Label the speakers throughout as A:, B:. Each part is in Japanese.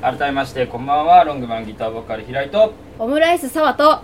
A: 改めましてこんばんはロングマンギターボーカル平井と
B: オムライス沢と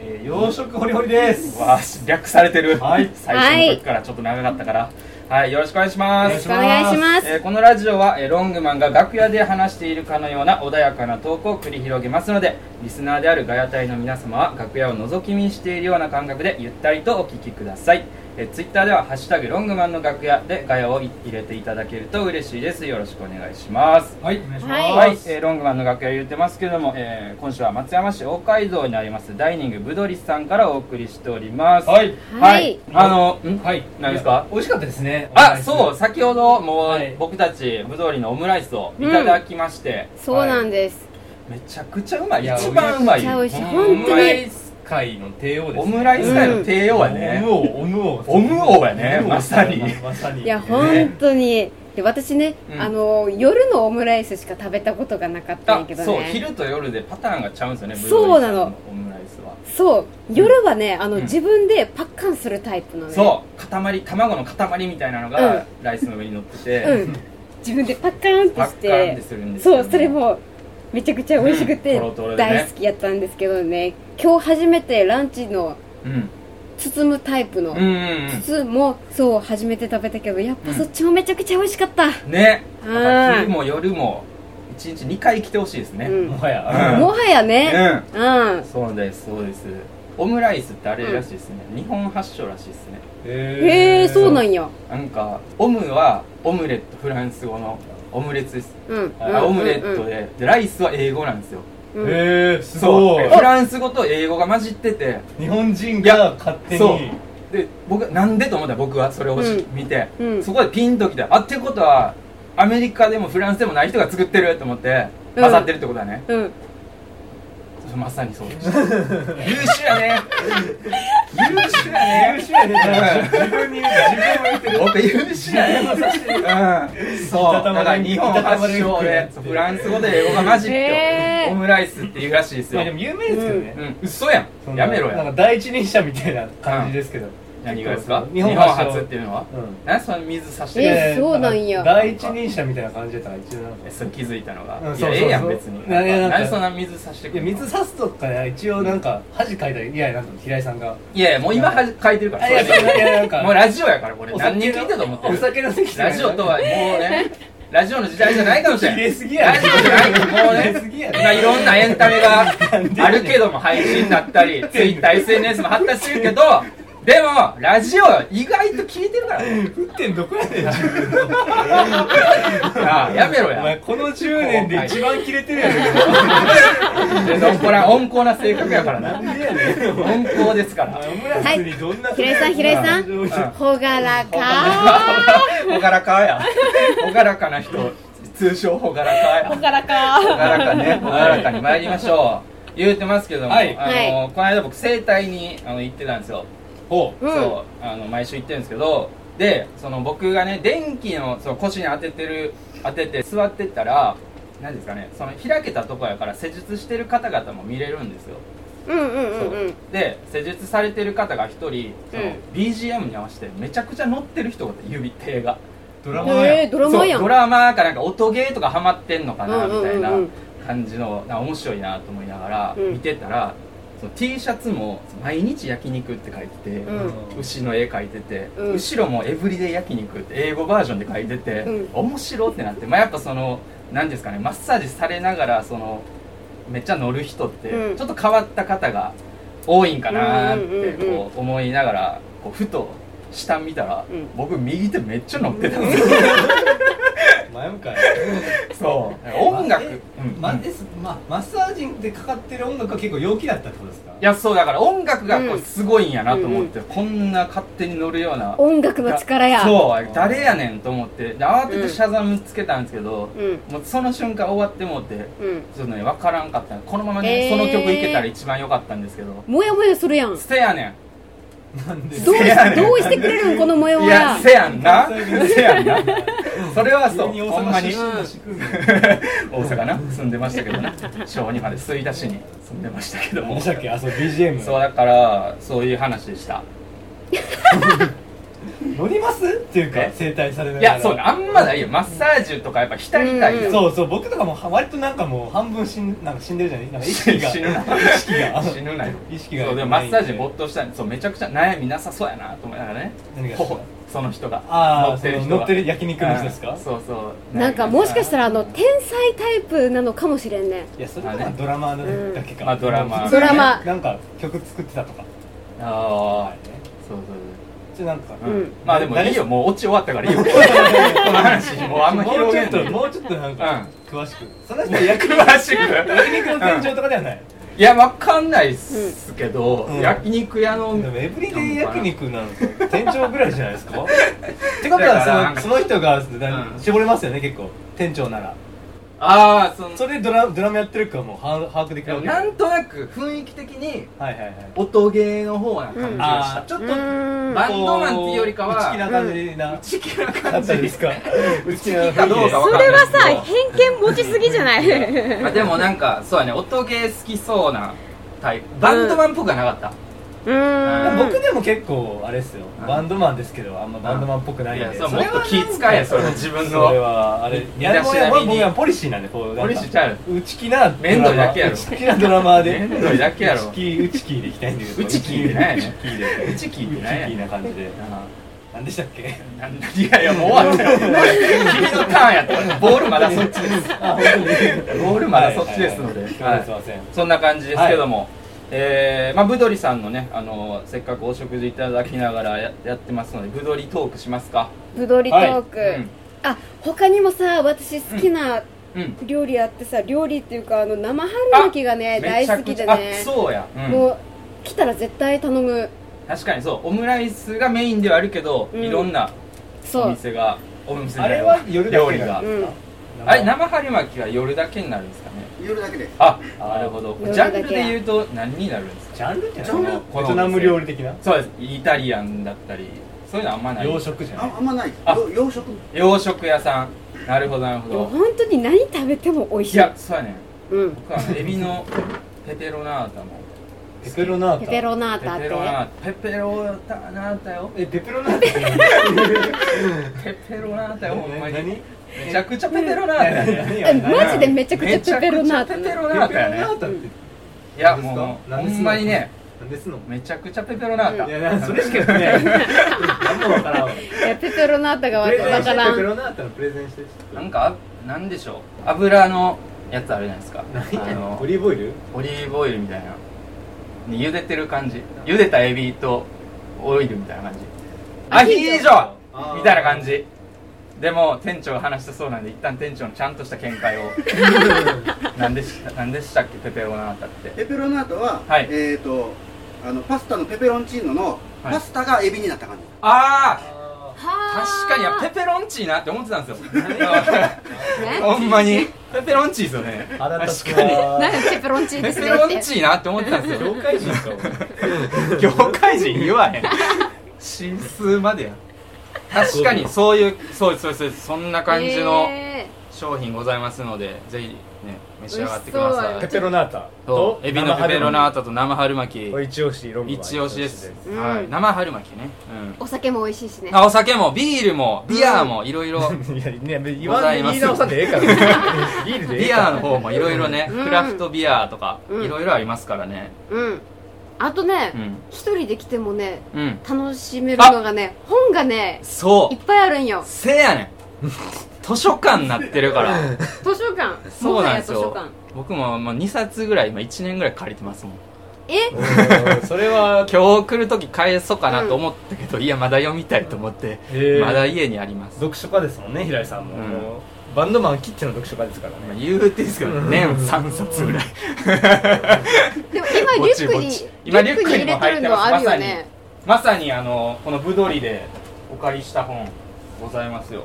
C: えー、洋食ホリホリです。
A: わあ略されてる、
C: はい
A: 最初の時からちょっと長かったからはいよろしくお願いしま
C: お願い
A: す
B: お願いします、
A: えーこのラジオは、えーロングマンが楽屋で話しているかのような穏やかなトークを繰り広げますのでリスナーであるガヤ隊の皆様は楽屋を覗き見しているような感覚でゆったりとお聞きください、えー、ツイッターでは「ハッシュタグロングマンの楽屋」でガヤを入れていただけると嬉しいですよろしくお願いします
C: はい、お願いします。
A: は、
B: はい
A: えーロングマンの楽屋言ってますけども、えー今週は松山市大街道にありますダイニングぶどりさんからお送りしております
C: はい、
B: はい
A: あのん
C: はい、
A: 何ですか
C: いや美味しかったですね。
A: あそうう。先ほども
C: は
A: う
C: い
A: 僕たちぶどりのオムライスをいただきまして、
B: そうなんです、
A: めちゃくちゃうまい
C: いや
A: 一番うまい
B: めっちゃ美味しい
A: うん
B: 本当
A: オ
B: に
A: ムライス
C: ス界の帝王です、ね。
A: オムライス界の帝王はね、
C: オム王、オム王。
A: オム王やね
C: オム王
A: まさに
C: まさに。
B: いや本当にで私ね、
A: うん
B: あの夜のオムライスしか食べたことがなかったん
A: あ
B: やけどね
A: そう昼と夜でパターンがちゃうんですよねぶどり
B: そうな
A: さん
B: の
A: オムライスは
B: そう夜はねあの、
A: うん
B: 自分でパッカンするタイプのね
A: そう塊卵の塊みたいなの
B: うん
A: がライスの上に乗ってて、
B: うん自分でパッカーンって
A: パッカ
B: し
A: ンって
B: て
A: するんですよ
B: そうそれもめちゃくちゃ美味しくて、
A: うんトロトロでね
B: 大好きやったんですけどね今日初めてランチの
A: うん
B: 包むタイプの、
A: うんうん
B: 筒もそう初めて食べたけどやっぱそっちもめちゃくちゃ美味しかった、
A: うんね
B: うん
A: だから昼も夜も1日2回来てほしいですね、
B: うん
C: もは
A: うん
C: や。
B: もはやね
A: うん
B: うん
A: そうですそうですオムライスってあれらしいですね、日本発祥らしいですね
B: へえそうなん
C: や。
B: や
A: なんかオムはオムレットフランス語のオムレツです、
B: うん
C: あ
A: あオムレット
B: で
A: ででライスは英語なんですよ
B: うん
C: へえ、すごい
A: フ。ランス語と英語が混じってて
C: 日本人が勝手
A: そう
C: に。
A: で僕なんでと思った僕はそれをし
B: う
A: 見て、
B: うん
A: そこでピンときてあってことはアメリカでもフランスでもない人が作ってると思って
B: うん
A: 混ざってるってことだね、
B: うん
A: まさにそうです優秀やね優秀やね
C: 優秀やね。自分に、自分を言ってる。
A: 僕優秀やねうん、そうだから日本発祥でそうフランス語で英語が混じって
B: へー
A: オムライスっていうらしいです
C: ま
A: よ
C: あ、でも有名ですけどね。
A: うん嘘や
C: そ
A: ん
C: の
A: やめろ
C: なん
A: や
C: か第一人者みたいな感じですけど、
A: 何がですか
C: そう
A: 日
C: 日
A: 本
C: 本
A: 発
C: 発祥
A: 初っていうのは
C: うん
A: 何その水差し
B: え
A: てる
B: そうなんや
C: 第一人者みたいな感じだったから一応なんか
A: えそれ気づいたのが、
C: うん
A: い
C: そう
A: や
C: そ
A: え
C: うそう
A: えやん別に
C: いやいやなんか
A: 何でそんな水差してく
C: いや
A: るの
C: 水差すとかね一応なんか恥かいたりいやいやなんか平井さんが
A: いやいやもう今は書いてるから
C: いやいやいやいやなんか
A: もうラジオやからこれ
C: お
A: 何
C: 酒
A: 人
C: の
A: 聞いたと思って
C: お
A: る
C: 酒の席
A: ラジオとはもうねラジオの時代じゃないかもしれない
C: 切 れすぎや
A: ラ
C: ね
A: ジオじゃないもう
C: 切
A: ね
C: れすぎやね
A: 今いろんなエンタメが
C: で
A: あるけども配信だったりツイッター SNS も発達してるけどでもラジオ意外と聞いてるからね
C: 沸点どこやねん自分の
A: ああやめろ
C: お前
A: や
C: この10年で一番切れてるやねん
A: でこれは温厚な性格やからな
C: なんでやねんお前
A: 温厚ですから
C: オムライスにどんな
B: 平井さん平井さん
C: うん
B: ほがらか
A: ほがらかやほがらかな人通称ほがらかや
B: ほがら
A: ほ
B: か
A: がらかね、ほがらかに参りましょう。言うてますけども、
C: はい
A: あの、この間僕整体にあの行ってたんですよ。
C: ほ
B: うん
A: そう、あの毎週行ってるんですけど、で、その僕がね、電気のその腰に当ててる、当てて座ってたら。なんですかね、その開けたとこやから施術してる方々も見れるんですよ、
B: うんうんうんうん
A: そうで施術されてる方が一人その
B: うん
A: BGM に合わせてめちゃくちゃ乗ってる人がいて指手が
C: うドラマ
B: え
C: や
B: ー、ドラマやん
A: そうドラマーかなんか音ゲーとかハマってんのかな
B: うん
A: みた
B: う
A: い
B: ん
A: な
B: うんうん
A: 感じのなんか面白いなと思いながら
B: うん
A: 見てたら、その T シャツも「毎日焼肉」って書いてて、
B: うん
A: 牛の絵描いてて、
B: うん
A: 後ろも「エブリデイ焼肉」って英語バージョンで書いてて、
B: うん
A: 面白ってなって、まあ、やっぱその何ですかねマッサージされながらそのめっちゃ乗る人って、
B: うん
A: ちょっと変わった方が多いんかなーって
B: うんうんうんうん
A: こう思いながらこうふと下見たら、
B: うん
A: 僕右手めっちゃ乗ってたんですよ。
C: 前向かい
A: そう音楽、うん
C: ま
A: うんい
C: ですまマッサージでかかってる音楽は結構陽気だったってことですか
A: やそうだから音楽がこ
B: う
A: うんすごいんやなと思って、こんな勝手に乗るような
B: 音楽の力や
A: そう誰やねんと思ってで慌ててシャザムつけたんですけど、
B: うん
A: もうその瞬間終わってもうて
B: うん
A: ちょっとね分からんかったこのままね、
B: え
A: そ
B: ー
A: の曲いけたら一番良かったんですけど
B: もやもやするやんどうし
A: せやね
C: なんで
B: どう
A: せやねん
B: してくれるんこのもや
A: ん
B: も
A: いや
B: や
A: せやんなせやんなそれはそう
C: 急に大
A: ほんま
C: 阪
A: に
C: 出身
A: 大
C: のしくんだ
A: 阪な住んでましたけどな小児まで吹田市に住んでましたけど
C: 何
A: も
C: でしたっけあそう BGM
A: そうだからそういう話でした
C: 乗りますっていうか
A: え
C: 整体されないがら
A: やそうねあんまないよマッサージとかやっぱ浸りたいよ、
B: うん
C: そうそう僕とかも割となんかもう半分死んなんか死んでるじゃないなんか意識 が
A: 死ぬな
C: 意識が
A: 死ぬなよ
C: 意識が
A: そうでもマッサージに没頭したいそうめちゃくちゃ悩みなさそうやなと思いながらね
C: 何が
A: 頬その人が
C: あー
A: 人が
C: その乗ってる焼肉の人ですか
A: うんそうそう
B: なんかもしかしたらあの
A: うん
B: 天才タイプなのかもしれんね
C: いやそれはまあドラマーだけか、
A: うんまあドラマー
C: 普通にね
B: ドラマー
C: なんか曲作ってたとか
A: ああそう
C: ちょなんか、
A: そうそう、
B: うん
A: うん、まあでもいいよもうオチ終わった からいいよ この話もうあんま
C: もう
A: 広
C: ちょ
A: げ
C: っ
A: んと
C: ともうちょっとなんか、詳しくその人焼肉
A: 詳しく
C: 焼肉の店長とかではない、
A: いやわかんないっすけど、
C: うん
A: 焼肉屋の
C: でもエブリデイ焼肉なんか店長ぐらいじゃないですかってこと
A: だから
C: はそのその人が、な
A: うん
C: 絞れますよね結構店長なら
A: ああその
C: それでドラドラムやってるかもう把把握でき
A: で
C: る
A: も
C: わけ
A: なんとなく雰囲気的に
C: はいはいはい
A: 音ゲーの方な感じがした、
C: あーちょっと
B: うーん
A: バンドマンっていうよりかは
C: 内気な感じな、
A: 内気な
C: あ
A: 感
C: った
A: じ
C: んですか
A: 内気かどうか
B: そ
A: わかんない
B: れはさ
A: ですけ
B: 偏見持ちすぎじゃない
A: どあでもなんかそうやね音ゲー好きそうなタイプバンドマンっぽくはなかった、
B: うーん
C: 僕でも結構あれですよ
A: うん
C: バンドマンですけどあんまバンドマンっぽくないん
A: いや
C: で
A: それもっと気遣えよそれも自分の
C: それはあれいや
A: 身
C: で
A: だし
C: も
A: なみに
C: 僕はポリシーなんでこうなんか
A: ポリシーちゃう
C: 内気なドラマ
A: 面倒だけやろ
C: 内気なドラマーで
A: 面倒だけやろ
C: 内気内気でいきたいんで
A: 内気ってなんやねん
C: 内気で
A: 内気ってなんやねん
C: 内気な感じで
A: あ
C: 何でしたっけ
A: ーなんだいやいやもう終わったよ君のターンやったボールまだそっちです
C: あ本当に
A: ボールまだそっちですので
C: はいは
A: は
C: い
A: い
C: すいません
A: そんな感じですけども、えーまあぶどりさんのねあのせっかくお食事いただきながらややってますのでぶどりトークしますか
B: ぶどりトーク、
A: うん
B: あ他にもさ私好きな
A: うん
B: 料理あってさ料理っていうかあの生春巻きがね大好きで
A: めちゃくちゃあ
B: ね
A: そうや、うん
B: もう来たら絶対頼む
A: 確かにそうオムライスがメインではあるけど、
B: うん
A: いろんな
B: そ
A: お
B: う
A: 店がお店じゃ
C: あ
A: ない
C: れ
A: わ
C: は夜だ
A: 料
C: け
A: 理
C: な
A: が
C: んですか
A: あれ生春巻きは夜だけになるんですかね
D: 夜だけで
A: あ
C: あー
A: なるほど
B: 夜
A: ジャ
B: だ
A: ン
B: け
A: ルで言うと何になるんですか
C: ジャンルって
D: ジャンル
C: ベトナム料理的な
A: そうですイタリアンだったりそういうのあんまない
C: 洋食じゃない
D: ああんまない
A: あ
D: よ洋食
A: 洋食屋さんなるほどなるほ
B: でも
A: ど
B: 本当に何食べても美味し
A: い
B: い
A: やそうやね
B: うん
A: 僕はあのエビのペペロナータも
C: ペペロナータ
B: ペペロナー
A: ペ
B: タっ
A: ペ
B: て
A: ロナータペペロナータよ
C: えペペロナータって何
A: ペペロナータよほんまに
C: 何
A: めちゃくちゃペペロナータやね
B: えマジでめちゃくちゃペペロナータ
A: めちゃくちゃペペ
B: ね
A: ロナータやねいやもうほんまにね
C: なんですの
A: めちゃくちゃペペロナータ
B: うん
C: いやなんかそれしか言って ない何もわからんわ
B: いやペペロナータがわ
C: プレゼン
B: わ
C: して
B: から
C: ペペ
B: ん
C: ロナータのプレゼンして
A: なんかあなんでしょう油のやつあるじゃないですかあ
C: 何
A: の
C: オリーブオイル
A: オリーブオイルみたいなに茹でてる感じ茹でたエビとオイルみたいな感じア
B: ア
A: ヒ
B: ヒ
A: ー
B: ー
A: ジ
B: ジ
A: ョ
C: ョ
A: みたいな感じでも店長が話したそうなんで一旦店長のちゃんとした見解 をなんでしたなんでしたっけペペロナータって
D: ペペロナートは、
A: はい
D: えっ、とあのパスタのペペロンチーノの
A: はい
D: パスタがエビになった感じ、
A: ああ確
B: 確
A: かにあペペロンチーなって思ってたんですよ ほんまにペペロンチーですよね
C: 腹立つ
A: 確かに
B: なんかペペロンチーで
A: ペ
B: す
A: ペ
B: ね
A: ロ
B: っ
A: ン
B: て
A: チーなって思ってたんですよ
C: 業界人か
A: 業界人言わへん真数までや確かにそういうそうそうそうそんな感じの
B: え
A: 商品ございますので、ぜひね召し上がってく
B: 美
A: だ
B: 味
A: さ
C: ペ
A: い
B: し
C: ペロナータ
A: と
C: と
A: エビのペペロナー
C: タ
A: タと生春巻き
C: 一押しロングは
A: 一押しです
B: うん
A: はい、生春巻きね、
B: ーお酒も美味しいし
A: う
B: ね
A: ん、あお酒もビールもビアもいろいろ
C: いやね言
A: わん
C: わ
A: で
C: ん
A: 言
C: 言
A: い
C: い
A: 直さ
C: 直さ
A: ん
C: ん
A: で
C: でええからビール で
A: ビアの方もいろいろね
B: うん
A: クラフトビアとか
B: うん
A: いろいろありますからね
B: うんあと
A: う
B: ね
A: ん
B: 一人で来てもね
A: うん
B: 楽しめるのがね本がね
A: そ
B: いっぱいあるんよ
A: うせやねん図書館になってるから
B: 図書館
A: そうなんです
B: も
A: よ
B: はや図
A: 僕ももう2冊ぐらい今1年ぐらい借りてますもん
B: 書館
C: それは
A: 今日来る時返そうかなと思ったけど、いやまだ読みたいと思って、
C: へー
A: まだ家にあります
C: 読書家ですもんね平井さんも、
A: うん
C: もうバンドマンきっての読書家ですから
A: まあ
C: ね
A: 言うてですけど
C: うん
A: 年3冊ぐらい
B: えでも今リュック
A: ぼ
B: に
A: ちぼち今リュックにも
B: リュックに入れてるのあるよね
A: まさにあのこのぶどりでお借りした本ございますよ、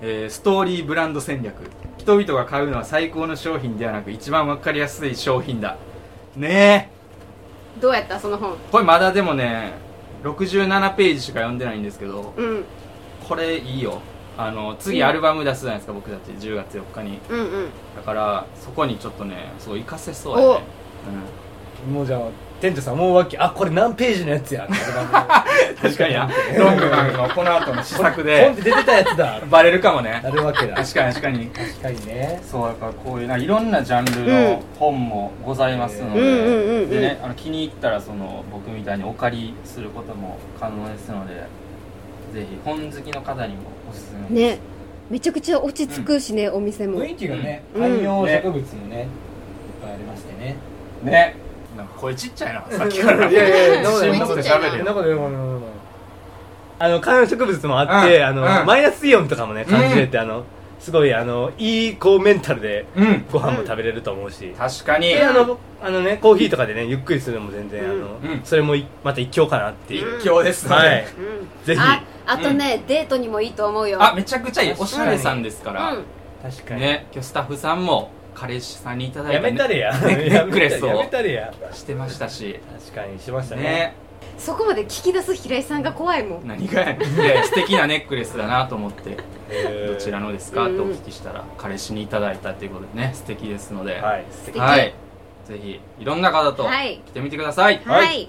A: えーストーリーブランド戦略人々が買うのは最高の商品ではなく一番わかりやすい商品だね
B: どうやったその本
A: えこれまだでもね67ページしか読んでないんですけど
B: うん
A: これいいよあの次アルバム出すじゃないですか、僕たち10月4日に
B: うんうん
A: だからそこにちょっとねそう活かせそうやね、
C: もうじゃあ店長さんもうわけあこれ何ページのやつやってあ
A: 確かになロングマンのこの後の試
C: れが
A: 作
C: ポンっ
A: で
C: て出てたやつだ
A: バレるかもね
C: なるわけだ
A: 確かに確かに
C: 確かにね
A: そうだからこういうないろんなジャンルの本もございますので、
B: うんうんうんうん
A: でねあの気に入ったらその僕みたいにお借りすることも可能ですのでぜひ本好きの方にもおすすめです
B: ねめちゃくちゃ落ち着くしね、お店も
C: 雰囲気がね
B: うん
C: 観葉植物もねいっぱいありましてね
A: ねなんか声ちっちゃいなさっきから
C: いやいやいや
A: 自信持って喋る
C: そん
A: よ
C: なことでもないもないあの観葉植物もあって、
A: うん
C: あの
A: うん
C: マイナスイオンとかもね感じれて、あのすごいあのいいこうメンタルで
A: うん
C: ご飯も食べれると思うし、
A: 確かに
C: であのあのねコーヒーとかでねゆっくりするのも全然、あの
A: うん
C: それもいまた一興かなっていう、
A: 一興ですね、
C: はい
B: うん
C: ぜひ
B: ああとね、デートにもいいと思うよ
A: あめちゃくちゃいいおしゃれさんですから、
B: うん
C: 確かに、
A: ね今日スタッフさんも彼氏さんにいただい
C: や
A: て、ね、
C: めたれや
A: ネックレスを
C: やめたれや
A: してましたし
C: 確かにしましたね
A: ね
B: そこまで聞き出す平井さんが怖いもん
A: 何がやねんいや素敵なネックレスだなと思って
C: えー
A: どちらのですか
B: うん
A: とお聞きしたら彼氏にいただいたということでね素敵ですので
C: はい
B: 素敵
A: はいぜひいろんな方と
B: はい
A: 来てみてください
B: はい、